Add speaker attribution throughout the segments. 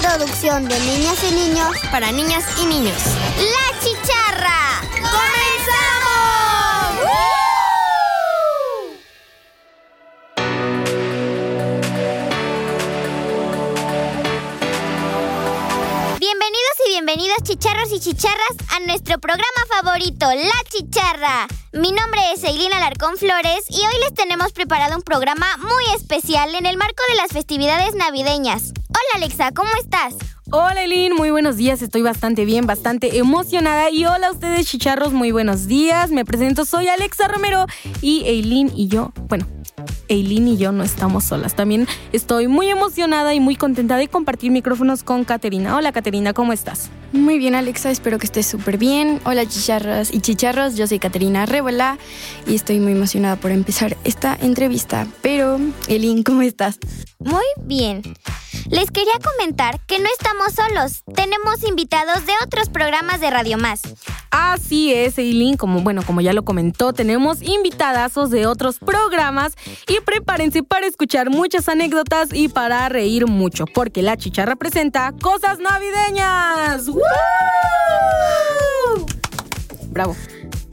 Speaker 1: producción de niñas y niños
Speaker 2: para niñas y niños.
Speaker 1: ¡La Chicharra! ¡Comenzamos! Bienvenidos y bienvenidas chicharros y chicharras a nuestro programa favorito, La Chicharra. Mi nombre es Eileen Alarcón Flores y hoy les tenemos preparado un programa muy especial en el marco de las festividades navideñas. Hola Alexa, ¿cómo estás?
Speaker 2: Hola Eileen, muy buenos días, estoy bastante bien, bastante emocionada y hola a ustedes chicharros, muy buenos días, me presento, soy Alexa Romero y Eileen y yo, bueno, Eileen y yo no estamos solas, también estoy muy emocionada y muy contenta de compartir micrófonos con Caterina. Hola Caterina, ¿cómo estás?
Speaker 3: Muy bien, Alexa, espero que estés súper bien. Hola, chicharras y chicharros, yo soy Caterina Rébola y estoy muy emocionada por empezar esta entrevista. Pero, Elin, ¿cómo estás?
Speaker 1: Muy bien. Les quería comentar que no estamos solos, tenemos invitados de otros programas de Radio Más.
Speaker 2: Así es, Eileen, como bueno, como ya lo comentó, tenemos invitadazos de otros programas y prepárense para escuchar muchas anécdotas y para reír mucho, porque la chicharra presenta cosas navideñas. ¡Woo! Bravo.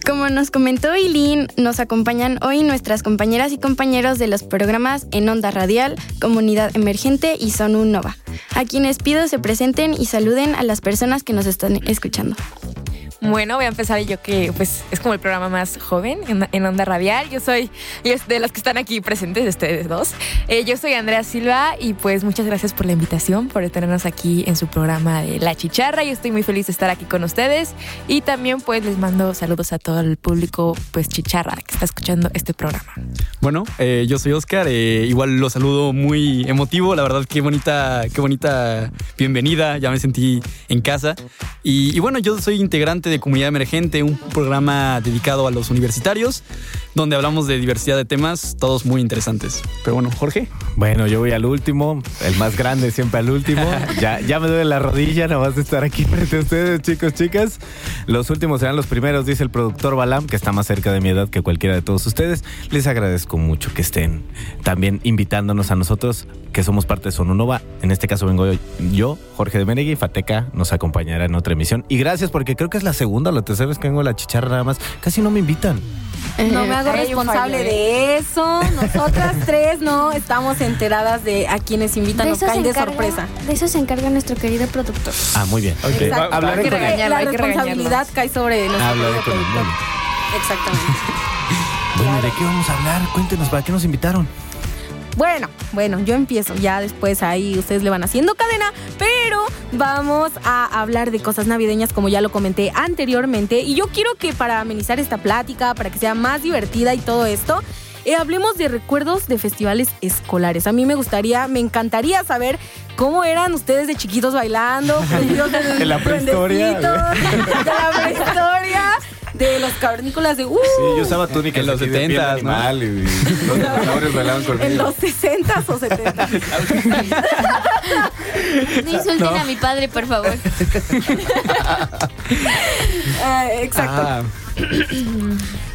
Speaker 3: Como nos comentó Eileen, nos acompañan hoy nuestras compañeras y compañeros de los programas en Onda Radial, Comunidad Emergente y Sonu Nova, a quienes pido se presenten y saluden a las personas que nos están escuchando.
Speaker 4: Bueno, voy a empezar yo que pues es como el programa más joven en, en Onda Radial. Yo soy y es de las que están aquí presentes, de ustedes dos. Eh, yo soy Andrea Silva y pues muchas gracias por la invitación, por tenernos aquí en su programa de La Chicharra. Yo estoy muy feliz de estar aquí con ustedes y también pues les mando saludos a todo el público pues chicharra que está escuchando este programa.
Speaker 5: Bueno, eh, yo soy Oscar, eh, igual lo saludo muy emotivo, la verdad qué bonita, qué bonita bienvenida, ya me sentí en casa. Y, y bueno, yo soy integrante de Comunidad Emergente, un programa dedicado a los universitarios, donde hablamos de diversidad de temas, todos muy interesantes. Pero bueno, Jorge.
Speaker 6: Bueno, yo voy al último, el más grande siempre al último. ya, ya me duele la rodilla, nada más de estar aquí frente a ustedes, chicos, chicas. Los últimos serán los primeros, dice el productor Balam, que está más cerca de mi edad que cualquiera de todos ustedes. Les agradezco mucho que estén también invitándonos a nosotros, que somos parte de Sonunova. En este caso vengo yo, Jorge de Menegui, Fateca nos acompañará en otra emisión. Y gracias porque creo que es la segunda o la tercera vez que vengo a la chicharra nada más. Casi no me invitan.
Speaker 2: No me hago
Speaker 4: Ay,
Speaker 2: responsable
Speaker 4: ojalá.
Speaker 2: de eso. Nosotras tres no estamos enteradas de a quienes invitan,
Speaker 7: De
Speaker 2: nos
Speaker 7: eso, se
Speaker 2: caen de
Speaker 7: encarga,
Speaker 2: sorpresa.
Speaker 7: de eso se encarga nuestro querido productor.
Speaker 6: Ah, muy bien.
Speaker 5: Ok,
Speaker 2: Exacto.
Speaker 6: Hablaré
Speaker 4: Hay que
Speaker 6: con él.
Speaker 4: regañarlo,
Speaker 2: la
Speaker 4: hay que
Speaker 2: responsabilidad
Speaker 4: regañarlo.
Speaker 2: cae sobre nosotros.
Speaker 6: Hablaré con él. Bueno.
Speaker 2: Exactamente.
Speaker 6: Bueno, ¿de qué vamos a hablar? Cuéntenos, ¿para qué nos invitaron?
Speaker 2: Bueno, bueno, yo empiezo. Ya después ahí ustedes le van haciendo cadena, pero vamos a hablar de cosas navideñas como ya lo comenté anteriormente. Y yo quiero que para amenizar esta plática, para que sea más divertida y todo esto, eh, hablemos de recuerdos de festivales escolares. A mí me gustaría, me encantaría saber cómo eran ustedes de chiquitos bailando. prendidos el
Speaker 6: En la prehistoria.
Speaker 2: duendecito, De la prehistoria. De los cavernícolas de... ¡uh!
Speaker 6: Sí, yo usaba túnicas
Speaker 5: En los
Speaker 6: aquí de piel
Speaker 5: 70s, ¿no?
Speaker 6: animal y, y los dinosaurios bailaban conmigo.
Speaker 2: En los 60s o 70s.
Speaker 7: No insulten a mi padre, por favor.
Speaker 2: Ah, exacto.
Speaker 5: Ah,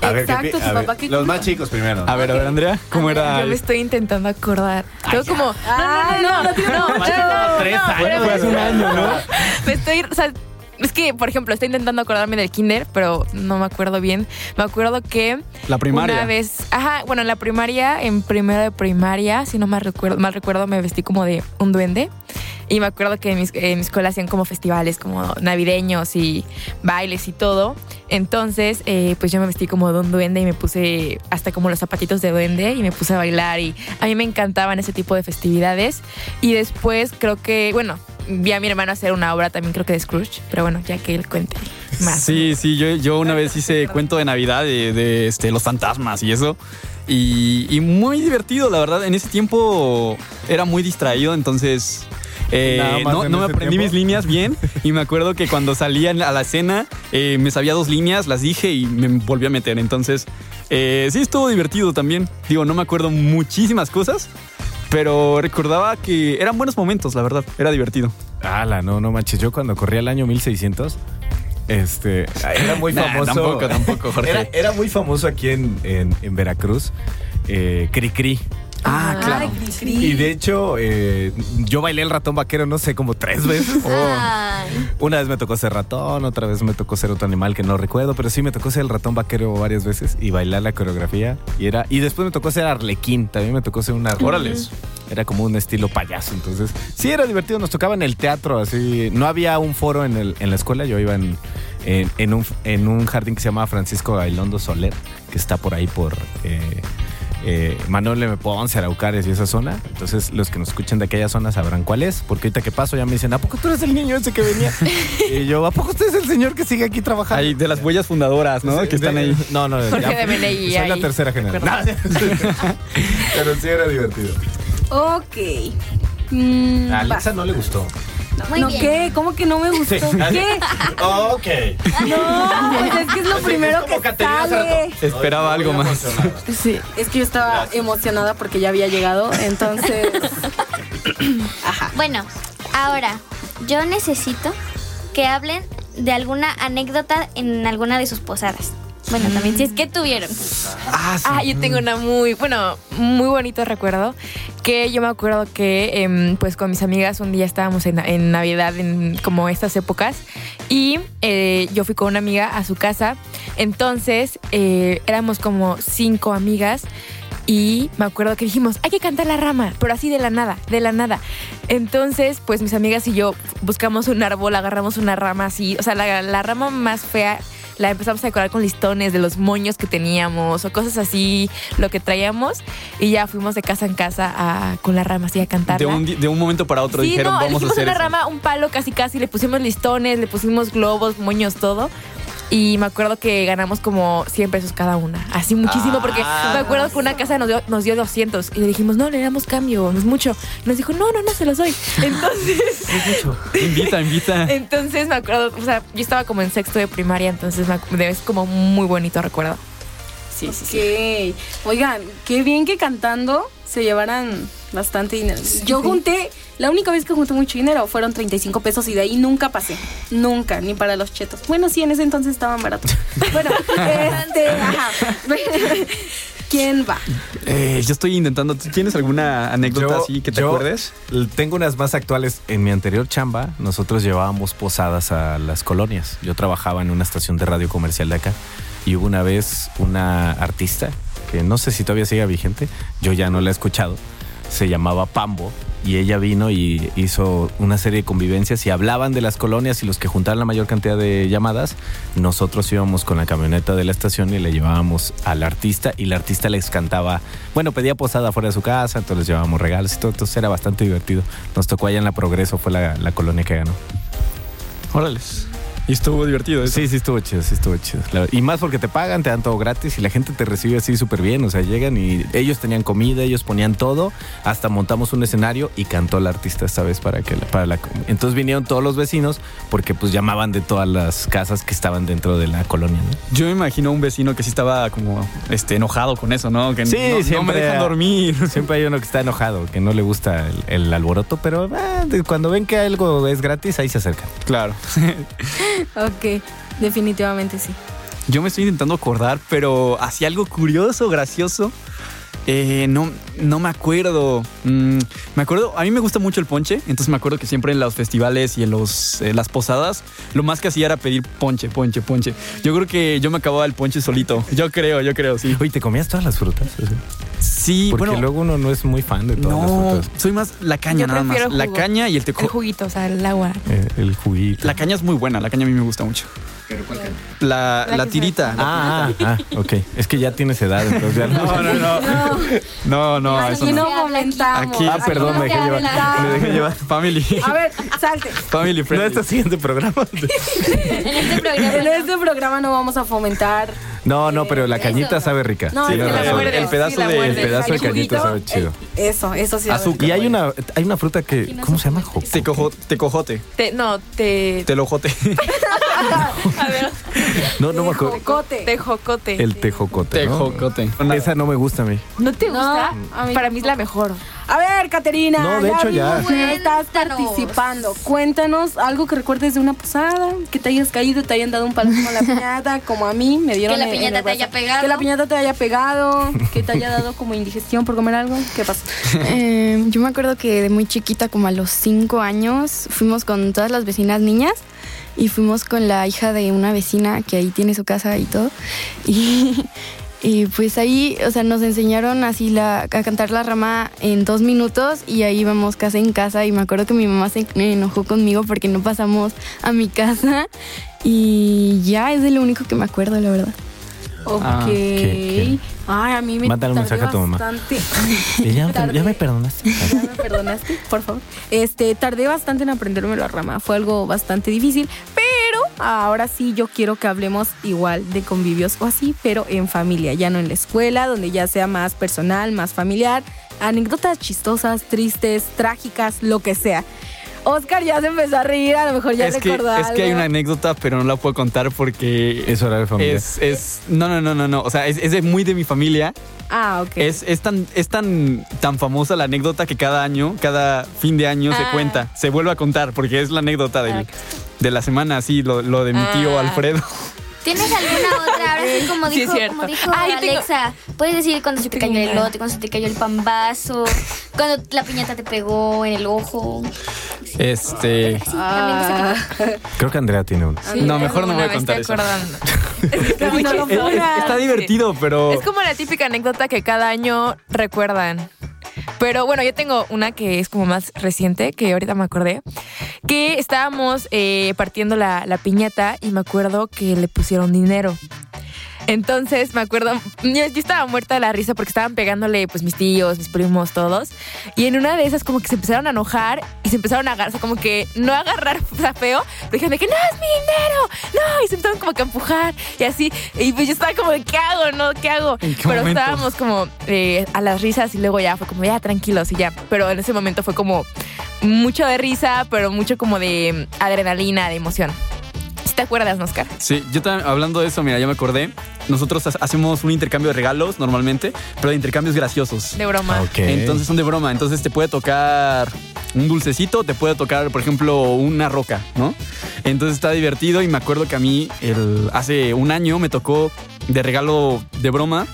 Speaker 6: A ver, ¿qué pi-
Speaker 2: Exacto,
Speaker 6: a
Speaker 2: su
Speaker 6: ver,
Speaker 2: papá que
Speaker 6: Los más chicos primero.
Speaker 5: a ver, a ver, Andrea, ¿cómo era?
Speaker 4: Yo me estoy intentando acordar. Tengo como.
Speaker 2: Ah,
Speaker 4: No, no, no, no, no, no, no,
Speaker 5: Bueno, fue hace un año, ¿no?
Speaker 4: Me estoy. o sea, es que, por ejemplo, estoy intentando acordarme del kinder, pero no me acuerdo bien. Me acuerdo que
Speaker 5: La primaria.
Speaker 4: una vez, ajá, bueno, en la primaria, en primero de primaria, si no mal recuerdo, mal recuerdo, me vestí como de un duende. Y me acuerdo que en mis- en mi, escuela hacían como festivales como navideños y bailes y todo. Entonces, eh, pues yo me vestí como de un duende y me puse hasta como los zapatitos de duende y me puse a bailar. Y a mí me encantaban ese tipo de festividades. Y después creo que, bueno, vi a mi hermano hacer una obra también, creo que de Scrooge. Pero bueno, ya que él cuente más.
Speaker 5: Sí, sí, yo, yo una vez hice cuento de Navidad de, de, este, los fantasmas y eso. Y, y muy divertido, la verdad. En ese tiempo era muy distraído, entonces eh,
Speaker 6: Nada más
Speaker 5: no,
Speaker 6: en
Speaker 5: no me
Speaker 6: ese
Speaker 5: aprendí
Speaker 6: tiempo.
Speaker 5: mis líneas bien. Y me acuerdo que cuando salía en- a la cena eh, me sabía dos líneas, las dije y me volví a meter. Entonces eh, sí estuvo divertido también. Digo, no me acuerdo muchísimas cosas. Pero recordaba que eran buenos momentos, la verdad. Era divertido.
Speaker 6: Ala, no, no manches. Yo cuando corría el año 1600, este, era muy
Speaker 5: Nah,
Speaker 6: famoso.
Speaker 5: tampoco, tampoco, Jorge.
Speaker 6: Era, era muy famoso aquí en, en- en Veracruz. Eh, Cricri. Ah, claro. Y de hecho, eh, yo bailé el ratón vaquero, no sé, como tres veces.
Speaker 7: Ah, Ay.
Speaker 6: Una vez me tocó ser ratón, otra vez me tocó ser otro animal que no recuerdo, pero sí me tocó ser el ratón vaquero varias veces y bailar la coreografía. Y era y después me tocó ser arlequín, también me tocó ser un arlequín.
Speaker 5: Órales.
Speaker 6: Era como un estilo payaso, entonces sí era divertido, nos tocaba en el teatro, así. No había un foro en, el- en la escuela, yo iba en, en- en un, en un jardín que se llamaba Francisco Gailondo Soler, que está por ahí por... eh, eh, Manuel M. Ponce, Araucares y esa zona. Entonces, los que nos escuchen de aquella zona sabrán cuál es, porque ahorita que paso ya me dicen, ¿a poco tú eres el niño ese que venía? y yo, ¿a poco usted es el señor que sigue aquí trabajando?
Speaker 5: Ahí, de las huellas fundadoras, ¿no?
Speaker 6: Sí,
Speaker 5: Que están
Speaker 6: de-
Speaker 5: ahí.
Speaker 6: No, no,
Speaker 4: Jorge
Speaker 6: ya-
Speaker 4: de Meney
Speaker 6: Soy la
Speaker 4: ahí.
Speaker 6: tercera generación. Pero sí era divertido.
Speaker 2: Ok. Mm,
Speaker 6: A
Speaker 2: va.
Speaker 6: Alexa no le gustó.
Speaker 1: Muy
Speaker 2: no,
Speaker 1: bien.
Speaker 2: ¿qué? ¿Cómo que no me gustó?
Speaker 6: Sí.
Speaker 2: ¿Qué?
Speaker 6: Ok.
Speaker 2: No, pues es que es lo primero que sale.
Speaker 5: Esperaba algo más.
Speaker 3: Sí.
Speaker 2: Es que yo estaba emocionada porque ya había llegado, entonces.
Speaker 1: Bueno, ahora, yo necesito que hablen de alguna anécdota en alguna de sus posadas. Bueno, también si es que tuvieron.
Speaker 4: Ah, yo tengo una muy, bueno, muy bonito recuerdo. Que yo me acuerdo que, em, pues, con mis amigas un día estábamos en, en Navidad, en como estas épocas, y eh, yo fui con una amiga a su casa. Entonces, eh, éramos como cinco amigas. Y me acuerdo que dijimos, hay que cantar la rama, pero así de la nada, de la nada. Entonces, pues mis amigas y yo buscamos un árbol, agarramos una rama así, o sea, la, la rama más fea la empezamos a decorar con listones de los moños que teníamos o cosas así, lo que traíamos. Y ya fuimos de casa en casa a- con la rama así a cantar.
Speaker 5: De un, di- de un momento para otro
Speaker 4: sí,
Speaker 5: dijeron,
Speaker 4: no,
Speaker 5: vamos a
Speaker 4: elegimos
Speaker 5: hacer
Speaker 4: una
Speaker 5: eso.
Speaker 4: rama, un palo casi casi, le pusimos listones, le pusimos globos, moños, todo. Y me acuerdo que ganamos como 100 pesos cada una. Así muchísimo, porque me acuerdo que una casa nos dio, nos dio 200. Y le dijimos, no, le damos cambio, no es mucho. Nos dijo, no, no, no, se los doy. Entonces,
Speaker 5: Invita, invita.
Speaker 4: entonces me acuerdo, o sea, yo estaba como en sexto de primaria, entonces me acu- es como muy bonito recuerdo. Sí, sí, sí.
Speaker 2: Ok. Oigan, qué bien que cantando se llevaran bastante dinero. Yo junté, la única vez que junté mucho dinero fueron 35 pesos y de ahí nunca pasé. Nunca, ni para los chetos. Bueno, sí, en ese entonces estaban baratos. Bueno, este, ajá. ¿Quién va?
Speaker 5: Eh, yo estoy intentando. ¿Tú ¿Tienes alguna anécdota así que te
Speaker 6: yo
Speaker 5: acuerdes?
Speaker 6: l- Tengo unas más actuales. En mi anterior chamba, nosotros llevábamos posadas a las colonias. Yo trabajaba en una estación de radio comercial de acá y hubo una vez una artista que no sé si todavía sigue vigente, yo ya no la he escuchado. Se llamaba Pambo y ella vino y hizo una serie de convivencias y hablaban de las colonias y los que juntaban la mayor cantidad de llamadas. Nosotros íbamos con la camioneta de la estación y le llevábamos al artista y el artista les cantaba bueno, pedía posada fuera de su casa, entonces llevábamos regalos y todo, entonces era bastante divertido. Nos tocó allá en la Progreso, fue la, la colonia que ganó.
Speaker 5: Órales. Y estuvo divertido ¿eh? eso.
Speaker 6: Sí, sí estuvo chido, sí estuvo chido. La- Y más porque te pagan, te dan todo gratis y la gente te recibe así súper bien, o sea, llegan y ellos tenían comida, ellos ponían todo, hasta montamos un escenario y cantó el artista esta vez para que la- para la entonces vinieron todos los vecinos porque pues llamaban de todas las casas que estaban dentro de la colonia, ¿no?
Speaker 5: Yo me imagino un vecino que sí estaba como este, enojado con eso, ¿no? Que
Speaker 6: Sí,
Speaker 5: no- no, me
Speaker 6: siempre.
Speaker 5: dejan dormir.
Speaker 6: Siempre hay uno que está enojado, que no le gusta el, el alboroto, pero ah, de- cuando ven que algo es gratis, ahí se acercan.
Speaker 5: Claro.
Speaker 2: Ok, definitivamente sí.
Speaker 5: Yo me estoy intentando acordar, pero así algo curioso, gracioso. eh, no, no me acuerdo. Mm, me acuerdo, a mí me gusta mucho el ponche, entonces me acuerdo que siempre en los festivales y en los, eh, las posadas, lo más que hacía era pedir ponche, ponche, ponche. Yo creo que yo me acababa el ponche solito. Yo creo, yo creo, sí.
Speaker 6: Oye, ¿te comías todas las frutas?
Speaker 5: Sí,
Speaker 6: Porque
Speaker 5: bueno,
Speaker 6: luego uno no es muy fan de todas
Speaker 5: no,
Speaker 6: las frutas.
Speaker 5: soy más la caña
Speaker 4: Yo
Speaker 5: nada más.
Speaker 4: prefiero el
Speaker 5: La
Speaker 4: jugo.
Speaker 5: caña y el teco.
Speaker 4: El juguito, o sea, el agua.
Speaker 6: Eh, el juguito.
Speaker 5: La caña es muy buena, la caña a mí me gusta mucho. La, la tirita. la-
Speaker 6: Ah, ah, ah, ok. Es que ya tienes edad, entonces ya no.
Speaker 5: no, no. No, no, no eso
Speaker 2: Aquí
Speaker 5: no.
Speaker 2: no
Speaker 1: se habla aquí.
Speaker 2: comentamos.
Speaker 5: Aquí-
Speaker 6: Ah, perdón, me dejé
Speaker 2: no se
Speaker 6: llevar.
Speaker 2: habla.
Speaker 6: Me dejé llevar.
Speaker 5: Family.
Speaker 2: A ver, salte.
Speaker 5: Family
Speaker 6: No,
Speaker 5: friendly.
Speaker 6: este siguiente programa.
Speaker 2: En este programa no vamos a fomentar
Speaker 6: No, no, pero la cañita sabe rica.
Speaker 2: No,
Speaker 6: Tienes
Speaker 2: es que la
Speaker 6: razón.
Speaker 2: muerde,
Speaker 6: el pedazo
Speaker 4: sí, la
Speaker 6: de, el
Speaker 4: muerde.
Speaker 6: pedazo de
Speaker 2: El juguito,
Speaker 6: cañita sabe chido.
Speaker 2: eso, eso sí. va a haber.
Speaker 5: Azúcar.
Speaker 6: Y hay una, hay una fruta que. ¿Cómo se llama? Jocoque.
Speaker 5: Tecojo- tecojote.
Speaker 4: Te- no, te.
Speaker 5: Telojote.
Speaker 4: a ver,
Speaker 6: No, no me acuerdo.
Speaker 2: Jocote.
Speaker 4: te jocote.
Speaker 6: El tejocote. ¿no?
Speaker 5: Tejocote.
Speaker 6: Esa no me gusta a mí.
Speaker 4: ¿No te gusta?
Speaker 2: a mí
Speaker 4: Para mí es la mejor.
Speaker 2: A ver, Caterina.
Speaker 6: No, de hecho, ya.
Speaker 2: vimos que Estás
Speaker 7: Cuéntanos.
Speaker 2: participando. Cuéntanos algo que recuerdes de una posada, que te hayas caído, te hayan dado un palazo con la piñata, como a mí, me dieron
Speaker 7: Que la
Speaker 2: en- en
Speaker 7: piñata
Speaker 2: el
Speaker 7: te
Speaker 2: brazo.
Speaker 7: haya pegado.
Speaker 2: Que la piñata te haya pegado, que te haya dado como indigestión por comer algo. ¿Qué pasó?
Speaker 3: Eh, yo me acuerdo que de muy chiquita, como a los cinco años, fuimos con todas las vecinas niñas y fuimos con la hija de una vecina que ahí tiene su casa y todo. Y, y pues ahí, o sea, nos enseñaron así la, a cantar la rama en dos minutos y ahí íbamos casa en casa. Y me acuerdo que mi mamá se enojó conmigo porque no pasamos a mi casa. Y ya es de lo único que me acuerdo, la verdad.
Speaker 2: Ok.
Speaker 6: Ah, qué- qué-
Speaker 2: Ay, a mí me
Speaker 6: Mándale un
Speaker 2: tardé
Speaker 6: mensaje a tu mamá.
Speaker 2: bastante.
Speaker 6: Y ya,
Speaker 2: Tarde.
Speaker 6: ya me perdonaste.
Speaker 2: Ya me perdonaste, por favor. Este, tardé bastante en aprenderme la rama. Fue algo bastante difícil, pero ahora sí yo quiero que hablemos igual de convivios o así, pero en familia, ya no en la escuela, donde ya sea más personal, más familiar, anécdotas chistosas, tristes, trágicas, lo que sea. Oscar ya se empezó a reír, a lo mejor ya
Speaker 5: es, que,
Speaker 2: recordó
Speaker 5: es que hay
Speaker 2: algo.
Speaker 5: una anécdota, pero no la puedo contar porque
Speaker 6: Es horario familiar.
Speaker 5: es, es- no, no, no, no, no. O sea, es, es de muy de mi familia.
Speaker 2: Ah, ok.
Speaker 5: Es, es tan, es tan, tan famosa la anécdota que cada año, cada fin de año se
Speaker 7: Ah.
Speaker 5: cuenta, se vuelve a contar, porque es la anécdota del- de la semana, así, lo, lo de mi tío
Speaker 4: Ah.
Speaker 5: Alfredo.
Speaker 1: ¿Tienes alguna otra? Ahora sí, como
Speaker 4: Sí, es
Speaker 1: dijo,
Speaker 4: cierto.
Speaker 1: como dijo
Speaker 4: Ah, yo tengo-
Speaker 1: Alexa, puedes decir cuando se te cayó el
Speaker 4: Tengo una.
Speaker 1: elote, cuando se te cayó el pambazo, cuando la piñata te pegó en el ojo.
Speaker 5: Este.
Speaker 2: Ah.
Speaker 6: Creo que Andrea tiene uno.
Speaker 5: no, mejor no
Speaker 4: Alguna
Speaker 5: voy a
Speaker 4: vez
Speaker 5: contar
Speaker 4: te
Speaker 5: eso.
Speaker 4: acuerdan.
Speaker 2: No lo
Speaker 5: Es- es-
Speaker 2: pongas.
Speaker 5: está divertido, pero.
Speaker 4: Es como la típica anécdota que cada año recuerdan. Pero bueno, yo tengo una que es como más reciente, que ahorita me acordé, que estábamos eh, partiendo la, la piñata y me acuerdo que le pusieron dinero. Entonces me acuerdo, yo, yo estaba muerta de la risa porque estaban pegándole pues mis tíos, mis primos, todos. Y en una de esas como que se empezaron a enojar y se empezaron a agarrar, o sea, como que no agarrar o sea, feo, pero dijeron de que no es mi dinero, no, y se empezaron como que a empujar y así. Y pues yo estaba como, de, ¿qué hago? No, ¿qué hago?
Speaker 5: ¿En qué
Speaker 4: pero
Speaker 5: momento?
Speaker 4: estábamos como eh, a las risas y luego ya fue como, ya, tranquilos y ya. Pero en ese momento fue como mucho de risa, pero mucho como de mm, adrenalina, de emoción. ¿Sí ¿Te acuerdas, Oscar?
Speaker 5: Sí, yo también, hablando de eso, mira, ya me acordé. Nosotros ha- hacemos un intercambio de regalos normalmente, pero de intercambios graciosos.
Speaker 4: De broma.
Speaker 6: Ok.
Speaker 5: Entonces son de broma. Entonces te puede tocar un dulcecito, te puede tocar, por ejemplo, una roca, ¿no? Entonces está divertido y me acuerdo que a mí el- hace un año me tocó de regalo de broma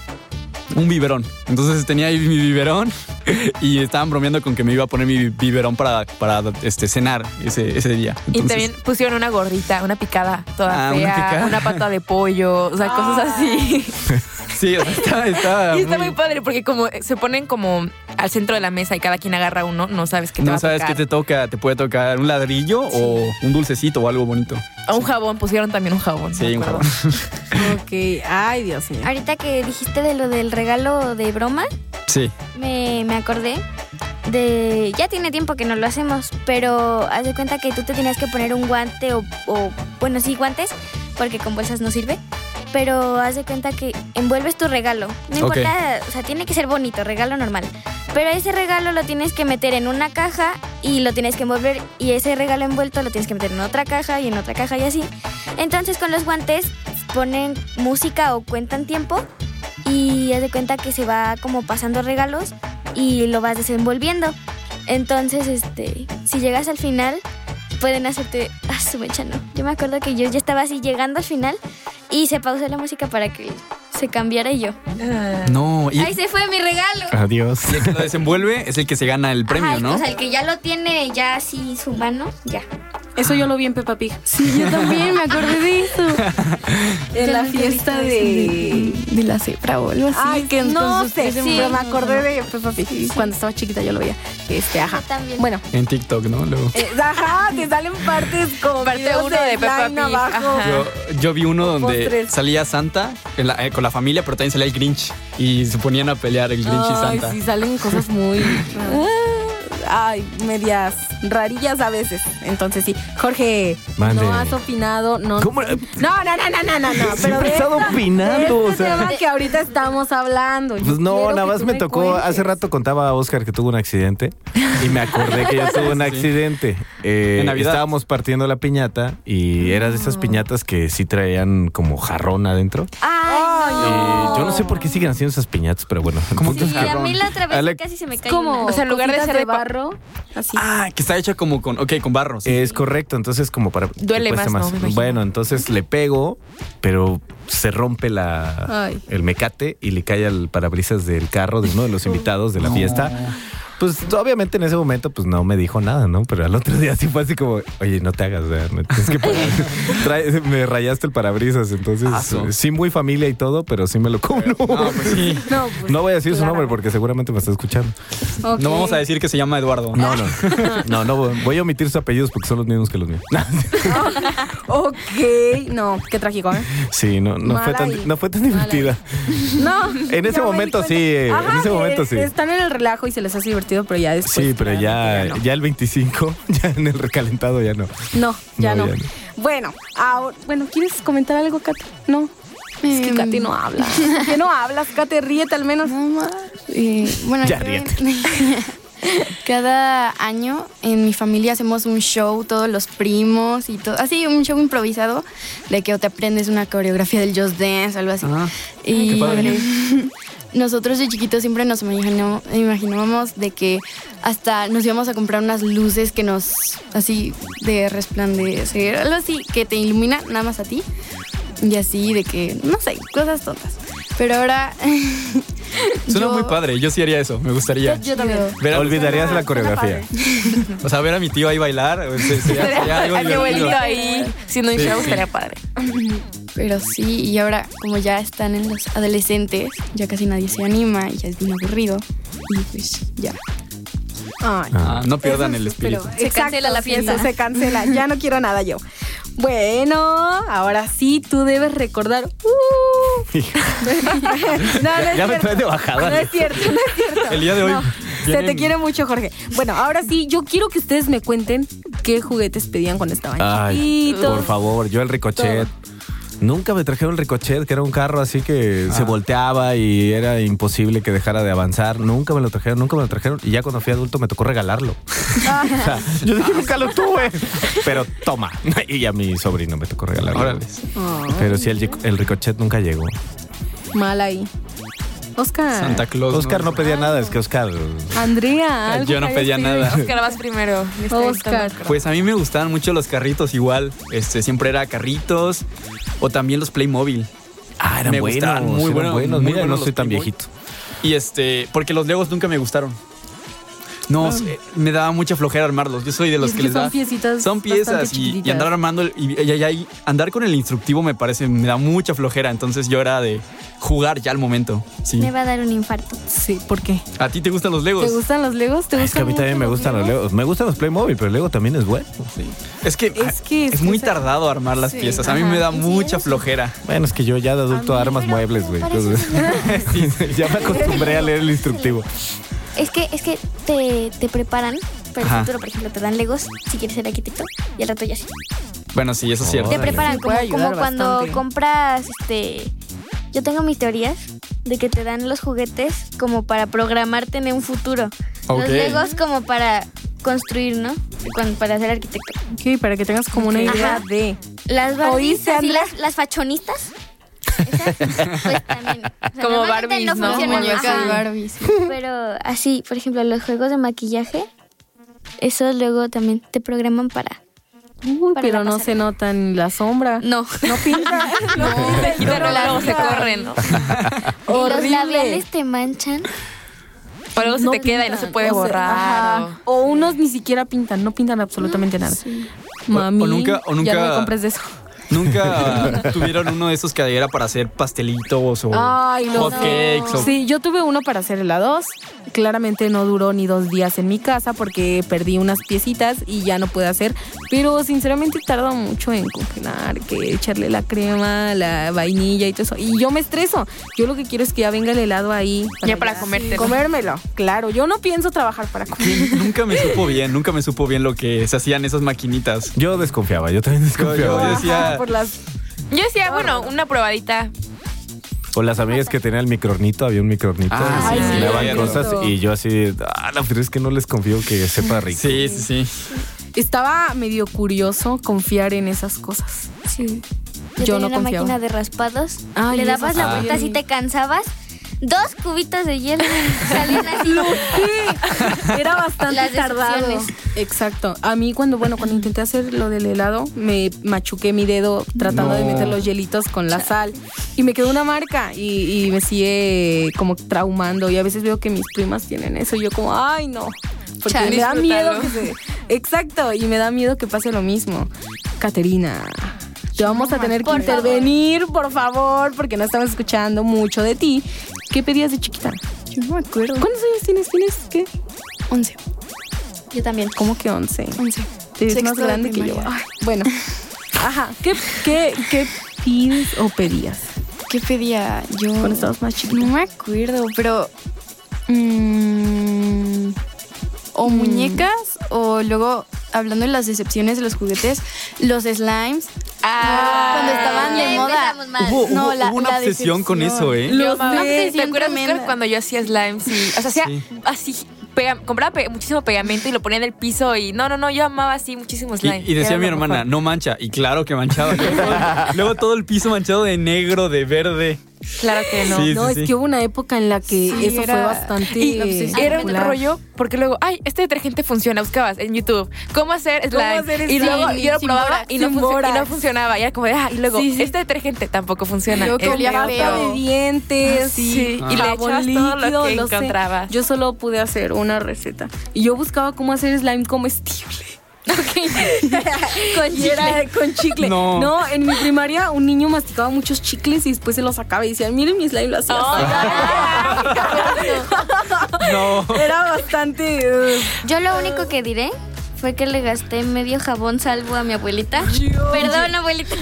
Speaker 5: un biberón. Entonces tenía ahí mi biberón y estaban bromeando con que me iba a poner mi biberón para, para este, cenar ese, ese día.
Speaker 4: Y
Speaker 5: Entonces-
Speaker 4: también pusieron una gorrita, una picada toda
Speaker 5: Ah, una
Speaker 4: fea, una,
Speaker 5: picada.
Speaker 4: pata de pollo, o sea,
Speaker 2: Ah.
Speaker 4: cosas así.
Speaker 5: Sí, o sea, estaba, estaba
Speaker 4: y está muy
Speaker 5: muy-
Speaker 4: padre porque como se ponen como al centro de la mesa y cada quien agarra uno, no sabes qué te va
Speaker 5: No
Speaker 4: a
Speaker 5: sabes qué
Speaker 4: tocar.
Speaker 5: te toca, te puede tocar un ladrillo o un dulcecito o algo bonito.
Speaker 4: O Un jabón, pusieron también un jabón.
Speaker 5: Sí,
Speaker 4: me
Speaker 5: un
Speaker 4: acuerdo.
Speaker 5: jabón.
Speaker 2: Ok. Ay, Dios
Speaker 4: Ah.
Speaker 2: mío.
Speaker 7: Ahorita que dijiste de lo del regalo de broma,
Speaker 5: Sí.
Speaker 7: me, me acordé de... Ya tiene tiempo que no lo hacemos, pero haz de cuenta que tú te tenías que poner un guante o, o- Bueno, sí, guantes, porque con bolsas no sirve. Pero haz de cuenta que envuelves tu regalo. No
Speaker 5: Ok.
Speaker 7: importa, o sea, tiene que ser bonito, regalo normal. Pero ese regalo lo tienes que meter en una caja y lo tienes que envolver. Y ese regalo envuelto lo tienes que meter en otra caja y en otra caja y así. Entonces con los guantes ponen música o cuentan tiempo y haz de cuenta que se va como pasando regalos y lo vas desenvolviendo. Entonces, este, si llegas al final, pueden hacerte a su mecha, no. Yo me acuerdo que yo ya estaba así llegando al final y se pausó la música para que se cambiara y yo.
Speaker 5: No, y
Speaker 7: Ahí se fue mi regalo.
Speaker 6: Adiós.
Speaker 5: el que lo desenvuelve es el que se gana el premio,
Speaker 7: Ajá,
Speaker 5: ¿no?
Speaker 7: O sea, el que ya lo tiene ya así su mano, ya.
Speaker 2: Eso yo lo vi en Peppa Pig.
Speaker 3: Sí, yo también me acordé de eso.
Speaker 2: En
Speaker 7: Yo
Speaker 2: la
Speaker 7: nunca he visto
Speaker 2: fiesta
Speaker 7: eso
Speaker 2: de...
Speaker 3: de la cebra o algo así.
Speaker 2: Ay, que no sé, sí,
Speaker 3: pero
Speaker 2: me acordé de Peppa Pig. Cuando estaba chiquita yo lo veía. Este, ajá.
Speaker 7: Yo también.
Speaker 2: Bueno,
Speaker 5: En TikTok, ¿no? Luego.
Speaker 2: eh, ajá, te salen partes como
Speaker 4: Parte
Speaker 2: videos
Speaker 4: uno de Peppa
Speaker 2: slime
Speaker 4: Pig,
Speaker 2: abajo.
Speaker 4: ajá.
Speaker 5: Yo, yo vi uno donde
Speaker 2: Postres.
Speaker 5: salía Santa en la- eh, con la familia, pero también salía el Grinch y se ponían a pelear el Grinch y
Speaker 2: Ay,
Speaker 5: Santa.
Speaker 2: sí, salen cosas muy... ah, Ay, medias rarillas a veces. Entonces sí, Jorge,
Speaker 6: Mande.
Speaker 2: no has opinado, no...
Speaker 6: ¿Cómo?
Speaker 2: No, no, no, no, no, no, no. Ah, Pero
Speaker 6: Siempre he
Speaker 2: de
Speaker 6: estado
Speaker 2: de este
Speaker 6: opinando. o sea.
Speaker 2: tema que ahorita estamos hablando. Yo
Speaker 6: Pues no,
Speaker 2: quiero
Speaker 6: nada
Speaker 2: que
Speaker 6: más
Speaker 2: tú
Speaker 6: me tocó. Hace
Speaker 2: cuentes.
Speaker 6: rato contaba a Oscar que tuvo un accidente y me acordé que yo tuve un
Speaker 5: Sí.
Speaker 6: accidente. Eh,
Speaker 5: En Navidad.
Speaker 6: Estábamos partiendo
Speaker 2: Ah.
Speaker 6: la piñata y era de esas piñatas que sí traían como jarrón adentro.
Speaker 2: Ay, Ah.
Speaker 6: Eh, yo no sé por qué siguen haciendo esas piñatas, pero bueno.
Speaker 5: ¿Cómo
Speaker 6: Entonces,
Speaker 7: Y a mí la otra vez
Speaker 6: Alex-
Speaker 7: casi se me
Speaker 2: Es
Speaker 7: cae
Speaker 2: como
Speaker 7: una.
Speaker 4: O sea, en lugar de
Speaker 2: cositas
Speaker 4: ser de pa-
Speaker 2: barro, así.
Speaker 5: Ah, que está hecha como con, ok, con barro. sí.
Speaker 6: Es correcto, entonces como para... que
Speaker 4: Duele
Speaker 6: cueste
Speaker 4: más, ¿no? Me imagino.
Speaker 6: Bueno, entonces le pego, pero se rompe la,
Speaker 2: Ay.
Speaker 6: el mecate y le cae al parabrisas del carro de uno de los invitados de la fiesta. Pues obviamente en ese momento pues no me dijo nada, ¿no? Pero al otro día sí fue así como, oye, no te hagas, o sea, me tienes que parar". Trae- me rayaste el parabrisas, entonces
Speaker 5: Aso.
Speaker 6: sí muy familia y todo, pero sí me lo como.
Speaker 5: No, pues sí.
Speaker 2: No, pues,
Speaker 6: No voy a decir su nombre
Speaker 2: claro.
Speaker 6: porque seguramente me está escuchando.
Speaker 2: Ok.
Speaker 5: No vamos a decir que se llama Eduardo.
Speaker 6: No, no. No, no, voy a omitir sus apellidos porque son los mismos que los míos.
Speaker 2: Ok, no, qué trágico, ¿eh?
Speaker 6: Sí, no, no,
Speaker 2: Mala
Speaker 6: fue tan,
Speaker 2: ahí.
Speaker 6: no fue tan divertida.
Speaker 2: No.
Speaker 6: En ese
Speaker 2: ya me
Speaker 6: momento
Speaker 2: di cuenta.
Speaker 6: sí, eh,
Speaker 2: Ajá,
Speaker 6: en ese
Speaker 2: que
Speaker 6: momento sí.
Speaker 2: Están en el relajo y se les hace divertido, pero Pues ya después.
Speaker 6: Sí, pero ya,
Speaker 2: no.
Speaker 6: ya el 25, ya en el recalentado ya no.
Speaker 2: No, ya
Speaker 6: No,
Speaker 2: no.
Speaker 6: ya no.
Speaker 2: Bueno, ahora, bueno, ¿quieres comentar algo, Kate? No. Es que Kate no habla.
Speaker 6: Em.
Speaker 2: que no hablas, Kate, ríete al menos.
Speaker 3: Eh, bueno,
Speaker 6: Ya
Speaker 3: yo-
Speaker 6: ríete.
Speaker 3: cada año en mi familia hacemos un show, todos los primos y todo, así un show improvisado de que o te aprendes una coreografía del Just Dance o algo así. y
Speaker 6: qué padre.
Speaker 3: nosotros de chiquitos siempre nos imaginó- imaginábamos de que hasta nos íbamos a comprar unas luces que nos así de resplandecer, algo así que te ilumina nada más a ti y así de que no sé, cosas tontas. Pero ahora
Speaker 5: Suena
Speaker 3: yo-
Speaker 5: muy padre. Yo sí haría eso. Me gustaría.
Speaker 3: Yo también.
Speaker 5: Ver a-
Speaker 6: Olvidarías la coreografía.
Speaker 5: o sea, ver a mi tío ahí bailar. eh, se- Sería, sería algo
Speaker 4: A mi abuelito
Speaker 5: divertido.
Speaker 4: ahí, siendo un
Speaker 5: Sí,
Speaker 4: show,
Speaker 5: sí.
Speaker 4: estaría padre.
Speaker 3: Pero sí, y ahora como ya están en los adolescentes, ya casi nadie se anima y ya es bien aburrido. Y pues ya.
Speaker 2: Ay.
Speaker 5: Ah, no pierdan el espíritu.
Speaker 2: Pero, exacto,
Speaker 7: cancela la
Speaker 2: sí,
Speaker 7: fiesta.
Speaker 2: eso se cancela. Ya no quiero nada yo. Bueno, ahora sí tú debes recordar. Uh. No, no es
Speaker 6: Ya me
Speaker 2: cierto.
Speaker 6: traes de bajada.
Speaker 2: No es cierto, no es cierto.
Speaker 5: El día de hoy
Speaker 2: No, se
Speaker 5: vienen-
Speaker 2: te quiere mucho, Jorge. Bueno, ahora sí, yo quiero que ustedes me cuenten qué juguetes pedían cuando estaban
Speaker 6: Ay,
Speaker 2: chiquitos.
Speaker 6: por favor, yo el ricochet. Nunca me trajeron el ricochet, que era un carro así que se volteaba y era imposible que dejara de avanzar. Nunca me lo trajeron, nunca me lo trajeron. Y ya cuando fui adulto me tocó regalarlo. O sea, yo dije, nunca lo tuve. Pero toma. Y a mi sobrino me tocó regalarlo.
Speaker 5: Órale.
Speaker 6: Pero sí, el, el ricochet nunca llegó.
Speaker 2: Mal ahí. Oscar.
Speaker 5: Santa Claus.
Speaker 6: Oscar no pedía nada, es que Oscar...
Speaker 2: Andrea. algo
Speaker 5: Yo no
Speaker 2: que
Speaker 5: pedía
Speaker 2: hayas
Speaker 5: nada.
Speaker 4: Oscar, vas primero. Le
Speaker 2: pedido.
Speaker 4: está gustando.
Speaker 2: Oscar.
Speaker 5: Pues a mí me gustaban mucho los carritos igual. Este, siempre era carritos o también los Playmobil.
Speaker 6: Ah,
Speaker 5: Me gustaban, muy
Speaker 6: eran
Speaker 5: buenos, muy
Speaker 6: Mira,
Speaker 5: buenos
Speaker 6: no
Speaker 5: los
Speaker 6: soy tan
Speaker 5: Playboy.
Speaker 6: viejito.
Speaker 5: Y este, porque los Legos nunca me gustaron. No, sé, me daba mucha flojera armarlos. Yo soy de los
Speaker 2: Ah. es
Speaker 5: que,
Speaker 2: que
Speaker 5: les
Speaker 2: son
Speaker 5: da.
Speaker 2: piecitas
Speaker 5: Son piezas
Speaker 2: bastante
Speaker 5: y, y
Speaker 2: chiquititas.
Speaker 5: andar armando el- y, y- y- y andar con el instructivo me parece me da mucha flojera. Entonces yo era de jugar ya al momento. Sí.
Speaker 7: Me va a dar un infarto.
Speaker 2: Sí, ¿por qué?
Speaker 5: ¿A ti te gustan los
Speaker 2: ¿Te
Speaker 5: Legos?
Speaker 2: gustan los Legos? ¿Te
Speaker 6: Es
Speaker 2: gustan
Speaker 6: que a mí
Speaker 2: mucho
Speaker 6: también me gustan los Legos. Me gustan los Playmobil, pero el Lego también es bueno.
Speaker 5: Es que ah,
Speaker 2: Es que-
Speaker 5: es
Speaker 2: es que
Speaker 5: muy
Speaker 2: se-
Speaker 5: tardado armar las
Speaker 2: Sí,
Speaker 5: piezas. A mí
Speaker 2: ajá.
Speaker 5: me da
Speaker 2: ¿Y si
Speaker 5: mucha
Speaker 2: eres-
Speaker 5: flojera.
Speaker 6: Bueno, es que yo ya de adulto
Speaker 7: A mí,
Speaker 6: armas
Speaker 7: pero
Speaker 6: muebles,
Speaker 7: me
Speaker 6: güey.
Speaker 7: parece
Speaker 6: Entonces,
Speaker 5: Sí, sí.
Speaker 6: ya me acostumbré a leer el instructivo.
Speaker 7: Es que, es que te, te preparan para el
Speaker 5: Ajá.
Speaker 7: futuro, por ejemplo, te dan legos si quieres ser arquitecto y al rato ya sí.
Speaker 5: Bueno, sí, eso es cierto.
Speaker 7: Te
Speaker 6: Órale.
Speaker 7: preparan
Speaker 2: Sí,
Speaker 7: como,
Speaker 2: puede ayudar
Speaker 7: como cuando
Speaker 2: bastante.
Speaker 7: compras, este... Yo tengo mis teorías de que te dan los juguetes como para programarte en un futuro.
Speaker 5: Ok.
Speaker 7: Los legos como para construir, ¿no? Cuan- para ser arquitecto.
Speaker 2: Ok, para que tengas como una
Speaker 7: Ok.
Speaker 2: idea
Speaker 7: Ajá.
Speaker 2: de.
Speaker 7: Las
Speaker 2: ¿Oíste,
Speaker 7: barbistas y
Speaker 2: Andrea?
Speaker 7: las, las fachonistas. Esas, pues también. O sea,
Speaker 4: Como
Speaker 7: normalmente
Speaker 4: Barbies, ¿no?
Speaker 7: funcionan,
Speaker 4: Muñecas
Speaker 7: ajá.
Speaker 4: de
Speaker 3: Barbies.
Speaker 7: Pero así, por ejemplo, los juegos de maquillaje, esos luego también te programan para.
Speaker 2: Uy,
Speaker 7: Para
Speaker 2: pero
Speaker 7: la
Speaker 2: no
Speaker 7: pasarela.
Speaker 2: se nota ni la sombra.
Speaker 4: No.
Speaker 2: No pinta. no, pinta,
Speaker 5: Pues.
Speaker 4: Y luego,
Speaker 2: no
Speaker 4: luego se
Speaker 2: pinta.
Speaker 4: corren, ¿no?
Speaker 7: Y los labiales
Speaker 2: Horrible.
Speaker 7: te manchan.
Speaker 4: Pero luego se
Speaker 2: No
Speaker 4: te queda y no se
Speaker 2: pintan,
Speaker 4: puede
Speaker 2: o sea,
Speaker 4: borrar.
Speaker 2: ajá. O unos ni siquiera pintan, no pintan
Speaker 7: Ah,
Speaker 2: absolutamente nada. Mami,
Speaker 5: O- o nunca-
Speaker 2: ya
Speaker 5: o
Speaker 2: no
Speaker 5: nunca-
Speaker 2: me compres de eso.
Speaker 5: Nunca tuvieron uno de esos que era para hacer pastelitos o
Speaker 2: Ay, los
Speaker 5: hot cakes o
Speaker 2: Sí, yo tuve uno para hacer helados. Claramente no duró ni dos días en mi casa porque perdí unas piecitas y ya no pude hacer. Pero sinceramente tarda mucho en congelar, que echarle la crema, la vainilla y todo eso. Y yo me estreso. Yo lo que quiero es que ya venga el helado ahí.
Speaker 4: Ya para comértelo.
Speaker 2: Comérmelo, claro. Yo no pienso trabajar para comer.
Speaker 5: Sí, nunca me supo bien, nunca me supo bien lo que se hacían esas maquinitas.
Speaker 6: Yo desconfiaba, yo también
Speaker 5: Yo, yo
Speaker 6: desconfiaba.
Speaker 5: decía,
Speaker 2: Por las
Speaker 4: Yo decía, bueno, una probadita.
Speaker 6: O las amigas que tenían el micronito, había un micronito.
Speaker 5: Ah,
Speaker 6: y
Speaker 2: sí,
Speaker 6: se daban
Speaker 2: cierto.
Speaker 6: cosas y yo así, ah, la verdad es que no les confío que sepa rico.
Speaker 5: sí, sí, sí.
Speaker 2: Estaba medio curioso confiar en esas cosas.
Speaker 7: Sí. Yo,
Speaker 2: Yo
Speaker 7: tenía
Speaker 2: no
Speaker 7: una
Speaker 2: confiaba.
Speaker 7: máquina de raspados.
Speaker 2: Ay,
Speaker 7: le
Speaker 2: esas-
Speaker 7: dabas la
Speaker 5: Ah.
Speaker 7: vuelta si te cansabas. Dos cubitos de hielo y salían así.
Speaker 2: Era bastante
Speaker 7: Las
Speaker 2: tardado.
Speaker 7: decepciones.
Speaker 2: Exacto. A mí cuando, bueno, cuando intenté hacer lo del helado, me machuqué mi dedo tratando de
Speaker 5: No.
Speaker 2: meter los hielitos con la sal y me quedó una marca y, y me sigue como traumando y a veces veo que mis primas tienen eso y yo como, ay no, porque
Speaker 4: Chale.
Speaker 2: me da miedo que
Speaker 4: Disfrútalo.
Speaker 2: se... Exacto, y me da miedo que pase lo mismo. Caterina. Te vamos a tener que
Speaker 7: por favor.
Speaker 2: intervenir, por favor, porque no estamos escuchando mucho de ti. ¿Qué pedías de chiquita?
Speaker 3: Yo no me acuerdo.
Speaker 2: ¿Cuántos años tienes? ¿Tienes qué?
Speaker 3: 11.
Speaker 7: Yo también.
Speaker 2: ¿Cómo que 11?
Speaker 3: 11.
Speaker 2: Te ves
Speaker 3: Sexto
Speaker 2: más
Speaker 3: de
Speaker 2: grande que yo.
Speaker 3: primaria.
Speaker 2: Ay, bueno. Ajá. ¿Qué, qué, qué pides o pedías
Speaker 3: ¿Qué pedía yo?
Speaker 2: cuando estabas más
Speaker 3: No
Speaker 2: chiquita?
Speaker 3: me acuerdo, pero. mm, o muñecas, o luego, hablando de las decepciones de los juguetes, los slimes. cuando estaban
Speaker 4: Ah,
Speaker 3: de
Speaker 7: Ya
Speaker 3: moda.
Speaker 7: empezamos
Speaker 2: Ah,
Speaker 7: mal.
Speaker 5: Hubo, hubo-
Speaker 3: No, la-
Speaker 5: hubo una
Speaker 3: la
Speaker 5: obsesión con eso, ¿eh?
Speaker 4: Yo
Speaker 2: Los
Speaker 4: amaba-
Speaker 2: de-
Speaker 4: ¿Te
Speaker 3: obsesión
Speaker 4: acuerdas
Speaker 3: tremenda.
Speaker 4: Oscar, cuando yo hacía slime? Sí. O sea, hacía
Speaker 5: Sí.
Speaker 4: así. pega- compraba pe- muchísimo pegamento y lo ponía en el piso y no, no, no, yo amaba así muchísimo
Speaker 5: Y,
Speaker 4: slime.
Speaker 5: y decía
Speaker 4: Era
Speaker 5: mi
Speaker 4: lo mejor.
Speaker 5: hermana, no mancha. Y claro que manchaba. Luego todo el piso manchado de negro, de verde.
Speaker 4: Claro que no.
Speaker 5: Sí,
Speaker 2: no,
Speaker 5: sí,
Speaker 2: es
Speaker 5: sí.
Speaker 2: que hubo una época en la que
Speaker 3: Sí,
Speaker 2: eso fue
Speaker 3: era-
Speaker 2: bastante.
Speaker 4: Y era un
Speaker 2: popular.
Speaker 4: rollo porque luego, ay, este detergente funciona, buscabas en YouTube, ¿cómo hacer slime?
Speaker 2: hacer
Speaker 4: y luego
Speaker 2: slime
Speaker 4: yo lo
Speaker 2: sin
Speaker 4: probaba
Speaker 2: borax,
Speaker 4: y, no
Speaker 2: sin
Speaker 4: funcio- y no
Speaker 2: borax?
Speaker 4: funcionaba. Y era como, de, ah, y luego,
Speaker 2: Sí, sí.
Speaker 4: este detergente tampoco funciona.
Speaker 3: Luego
Speaker 4: Es
Speaker 3: olía
Speaker 4: feo.
Speaker 2: Pasta de dientes,
Speaker 4: Sí, y le
Speaker 2: jabón
Speaker 4: echabas todo lo que
Speaker 2: sé.
Speaker 4: encontrabas.
Speaker 2: Yo solo pude hacer una receta. Y yo buscaba cómo hacer slime comestible. con chicle. Con chicle.
Speaker 5: No.
Speaker 2: en mi primaria un niño masticaba muchos chicles y después se los sacaba y decía, miren mi slime lo hacía.
Speaker 5: No.
Speaker 2: Era bastante... uh,
Speaker 7: Yo lo único que diré fue que le gasté medio jabón salvo a mi abuelita. Perdón, abuelita.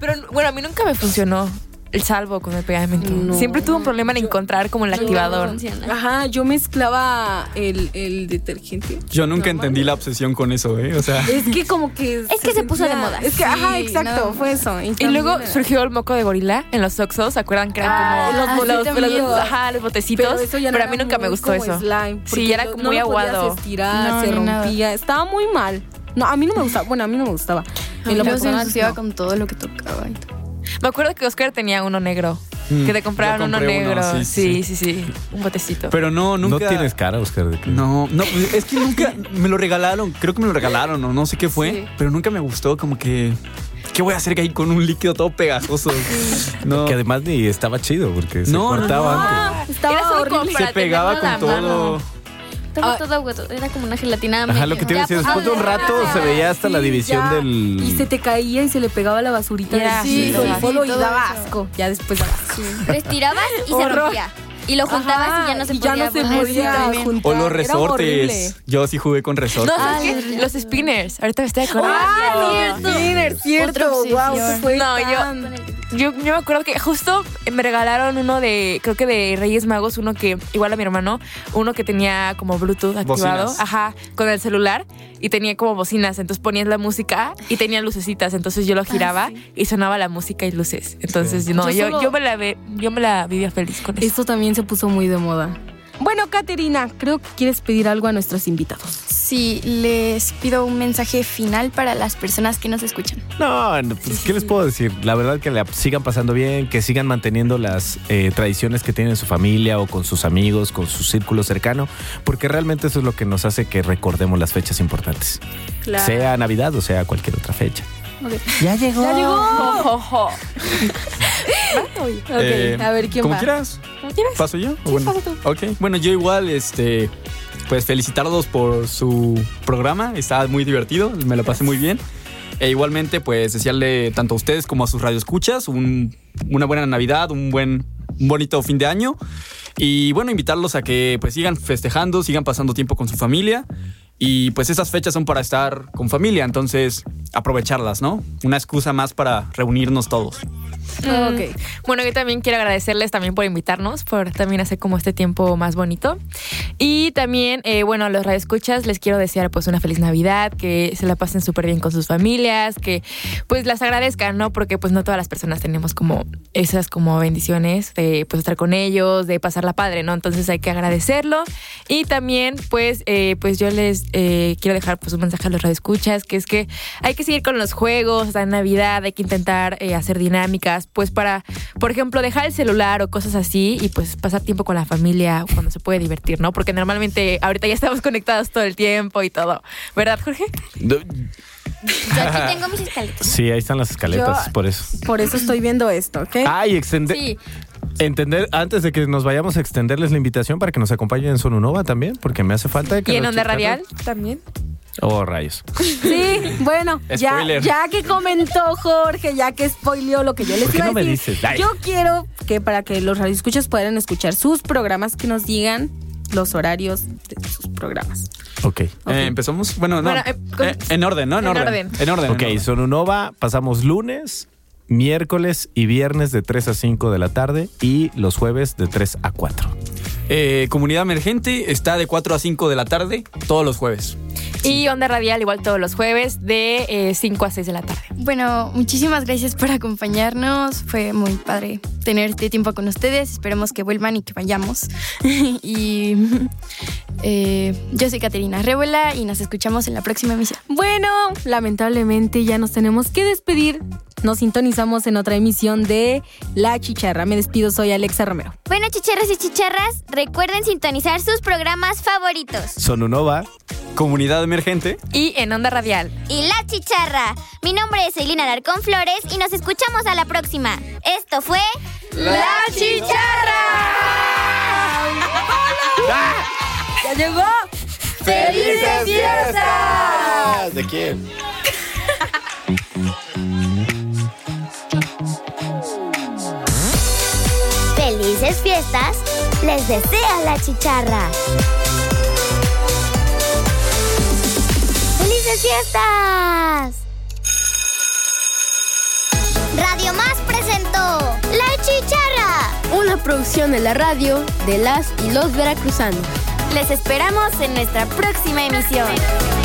Speaker 4: Pero bueno, a mí nunca me funcionó el salvo con el pegamento. Siempre tuve un problema en encontrar como el activador.
Speaker 7: Funciona.
Speaker 2: Ajá, yo mezclaba el, el detergente.
Speaker 5: Yo nunca entendí la obsesión con eso, ¿eh? O sea,
Speaker 2: Es que como que...
Speaker 7: Es que se puso de moda.
Speaker 2: Es que, ajá, exacto, fue eso.
Speaker 4: Y luego
Speaker 2: también eh, era- Ah,
Speaker 4: surgió el moco de gorila en los Oxos, ¿se acuerdan que eran como
Speaker 2: los botecitos.
Speaker 4: ajá, los botecitos? Pero,
Speaker 2: eso ya no
Speaker 4: a
Speaker 2: era
Speaker 4: mí nunca me
Speaker 2: muy
Speaker 4: gustó
Speaker 2: como
Speaker 4: eso.
Speaker 2: slime,
Speaker 4: sí,
Speaker 2: porque
Speaker 4: era
Speaker 2: lo-
Speaker 4: como
Speaker 2: no
Speaker 4: muy
Speaker 2: lo podías
Speaker 4: aguado.
Speaker 2: estirar,
Speaker 3: No,
Speaker 2: se
Speaker 3: ni nada.
Speaker 2: rompía. Estaba muy mal. No, a mí no me gustaba. Bueno, a mí no me gustaba.
Speaker 3: Y
Speaker 2: En lo
Speaker 3: luego se
Speaker 2: personal,
Speaker 3: ensuciaba
Speaker 2: no.
Speaker 3: con todo lo que tocaba. y todo.
Speaker 4: Me acuerdo que Oscar tenía uno negro.
Speaker 5: Mm,
Speaker 4: Que te compraron
Speaker 5: yo
Speaker 4: uno
Speaker 5: compré uno,
Speaker 4: negro.
Speaker 5: sí,
Speaker 4: sí,
Speaker 5: sí,
Speaker 4: sí, sí, Un botecito.
Speaker 5: pero no, nunca.
Speaker 6: No tienes cara, Oscar. de que-
Speaker 5: No, no, pues, es que nunca me lo regalaron. Creo que me lo regalaron o no sé qué fue,
Speaker 4: Sí.
Speaker 5: pero nunca me gustó. Como que, ¿qué voy a hacer ahí con un líquido todo pegajoso? No,
Speaker 6: Que además ni estaba chido porque se
Speaker 5: No, no,
Speaker 6: cortaba antes.
Speaker 2: Estaba
Speaker 4: Era solo
Speaker 2: horrible.
Speaker 4: como
Speaker 5: se
Speaker 4: Ah, para
Speaker 5: pegaba con
Speaker 4: tenerlo a la
Speaker 5: todo.
Speaker 7: Estaba todo aguado. Era como una gelatina.
Speaker 6: Ah. Ajá, lo que te iba a decir, después de un rato
Speaker 4: Ah,
Speaker 6: se veía hasta la
Speaker 2: Sí,
Speaker 6: división
Speaker 2: ya.
Speaker 6: del...
Speaker 2: Y se te caía y se le pegaba la basurita
Speaker 4: Era
Speaker 2: del
Speaker 4: así,
Speaker 2: piso
Speaker 4: sí,
Speaker 2: y solo
Speaker 3: sí,
Speaker 2: y
Speaker 3: todo
Speaker 2: daba
Speaker 3: eso.
Speaker 2: asco. Ya después daba asco.
Speaker 7: Lo estirabas y se
Speaker 2: Horror.
Speaker 7: rompía. Y lo juntabas
Speaker 2: Ajá,
Speaker 7: y ya no se
Speaker 2: y
Speaker 7: podía.
Speaker 2: ya no se
Speaker 7: volver.
Speaker 2: podía juntar.
Speaker 5: O los
Speaker 2: Era horrible.
Speaker 5: resortes. Yo sí jugué con
Speaker 4: No,
Speaker 5: resortes.
Speaker 4: ¿sabes qué? Los spinners. Ahorita me estoy acordando.
Speaker 2: Ah, cierto. Cierto, cierto.
Speaker 3: obsesión.
Speaker 2: Wow, eso fue
Speaker 4: No, yo-
Speaker 2: tan-
Speaker 4: Yo, yo me acuerdo que justo me regalaron uno de, creo que de Reyes Magos, uno que, igual a mi hermano, uno que tenía como Bluetooth activado,
Speaker 5: Bocinas.
Speaker 4: ajá, con el celular y tenía como bocinas, entonces ponías la música y tenía lucecitas, entonces yo lo giraba y sonaba la música y luces. Entonces, no,
Speaker 2: Ah, Yo
Speaker 4: yo,
Speaker 2: solo-
Speaker 4: yo, me la ve- yo me la vivía feliz con eso.
Speaker 2: Esto también se puso muy de moda. Bueno, Caterina, creo que quieres pedir algo a nuestros invitados.
Speaker 3: Sí, les pido un mensaje final para las personas que nos escuchan.
Speaker 6: No, no, pues, ¿qué les puedo decir? La verdad que la sigan pasando bien, que sigan manteniendo las eh, tradiciones que tienen en su familia o con sus amigos, con su círculo cercano, porque realmente eso es lo que nos hace que recordemos las fechas importantes. Sea Navidad o sea cualquier otra fecha. Ya llegó.
Speaker 2: ¡Ya llegó!
Speaker 4: Ojo,
Speaker 2: Ok,
Speaker 5: Eh,
Speaker 2: a ver quién
Speaker 5: como
Speaker 2: va.
Speaker 5: quieras. ¿Paso yo? O bueno, Ok. Bueno, yo igual, este. Pues felicitarlos por su programa. Está muy divertido. Me la pasé muy bien. E igualmente, pues desearle tanto a ustedes como a sus radioescuchas un, una buena Navidad, un buen, un bonito fin de año. Y bueno, invitarlos a que pues sigan festejando, sigan pasando tiempo con su familia. Y pues esas fechas son para estar con familia, entonces aprovecharlas, ¿no? Una excusa más para reunirnos todos.
Speaker 2: Ok.
Speaker 4: Bueno, yo también quiero agradecerles también por invitarnos, por también hacer como este tiempo más bonito. Y también, eh, bueno, a los radioescuchas les quiero desear pues una feliz Navidad, que se la pasen súper bien con sus familias, que pues las agradezcan, ¿no? Porque pues no todas las personas tenemos como esas como bendiciones de pues estar con ellos, de pasarla padre, ¿no? Entonces hay que agradecerlo. Y también pues, eh, pues yo les eh, quiero dejar pues un mensaje a los radioescuchas, que es que hay que seguir con los juegos, la Navidad, hay que intentar eh, hacer dinámicas, pues para, por ejemplo, dejar el celular o cosas así y pues pasar tiempo con la familia cuando se puede divertir, ¿no? Porque normalmente ahorita ya estamos conectados todo el tiempo y todo, ¿verdad, Jorge?
Speaker 7: Yo aquí tengo mis escaletas.
Speaker 6: Sí, ahí están las escaletas,
Speaker 2: Yo-
Speaker 6: por eso.
Speaker 2: Por eso estoy viendo esto, ¿ok?
Speaker 6: Ay, extender.
Speaker 4: Sí.
Speaker 6: Entender, antes de que nos vayamos a extenderles la invitación para que nos acompañen en Sonunova también, porque me hace falta que.
Speaker 4: ¿Y en
Speaker 6: los
Speaker 4: onda
Speaker 6: chicharros-
Speaker 4: radial también?
Speaker 6: Oh, rayos.
Speaker 2: Sí, bueno, ya,
Speaker 5: Spoiler.
Speaker 2: ya que comentó Jorge, ya que spoileó lo que yo les
Speaker 6: ¿Por qué
Speaker 2: iba a
Speaker 6: no me
Speaker 2: decir,
Speaker 6: dices? Ay.
Speaker 2: yo quiero que para que los radioescuchas puedan escuchar sus programas, que nos digan los horarios de sus programas.
Speaker 6: Ok.
Speaker 2: Ok.
Speaker 5: Eh, Empezamos. Bueno, no.
Speaker 4: Bueno, eh, con-
Speaker 5: Eh, en orden, ¿no? En,
Speaker 4: en
Speaker 5: orden.
Speaker 4: orden.
Speaker 5: En orden. en
Speaker 6: Ok,
Speaker 5: orden.
Speaker 6: Sonunova, pasamos lunes, miércoles y viernes de 3 a 5 de la tarde y los jueves de 3 a 4.
Speaker 5: Eh, Comunidad Emergente está de 4 a 5 de la tarde todos los jueves.
Speaker 4: Y onda radial igual todos los jueves de eh, 5 a 6 de la tarde.
Speaker 3: Bueno, muchísimas gracias por acompañarnos. Fue muy padre tener este tiempo con ustedes. Esperemos que vuelvan y que vayamos. y eh, yo soy Caterina Revuela y nos escuchamos en la próxima emisión.
Speaker 2: Bueno, lamentablemente ya nos tenemos que despedir. Nos sintonizamos en otra emisión de La Chicharra. Me despido, soy Alexa Romero.
Speaker 7: Bueno, chicharros y chicharras, recuerden sintonizar sus programas favoritos.
Speaker 6: Sonunova.
Speaker 5: Comunidad Emergente.
Speaker 4: Y en onda radial.
Speaker 7: Y la chicharra. Mi nombre es Elina Alarcón Flores y nos escuchamos a la próxima. Esto fue... ¡La Chicharra!
Speaker 2: ¡Ya llegó!
Speaker 7: ¡Ah! ¡Felices fiestas!
Speaker 6: ¿De quién?
Speaker 7: Felices fiestas, les desea la chicharra. Felices fiestas. Radio Más presentó La Chicharra.
Speaker 8: Una producción de la radio de las y los veracruzanos.
Speaker 7: Les esperamos en nuestra próxima emisión.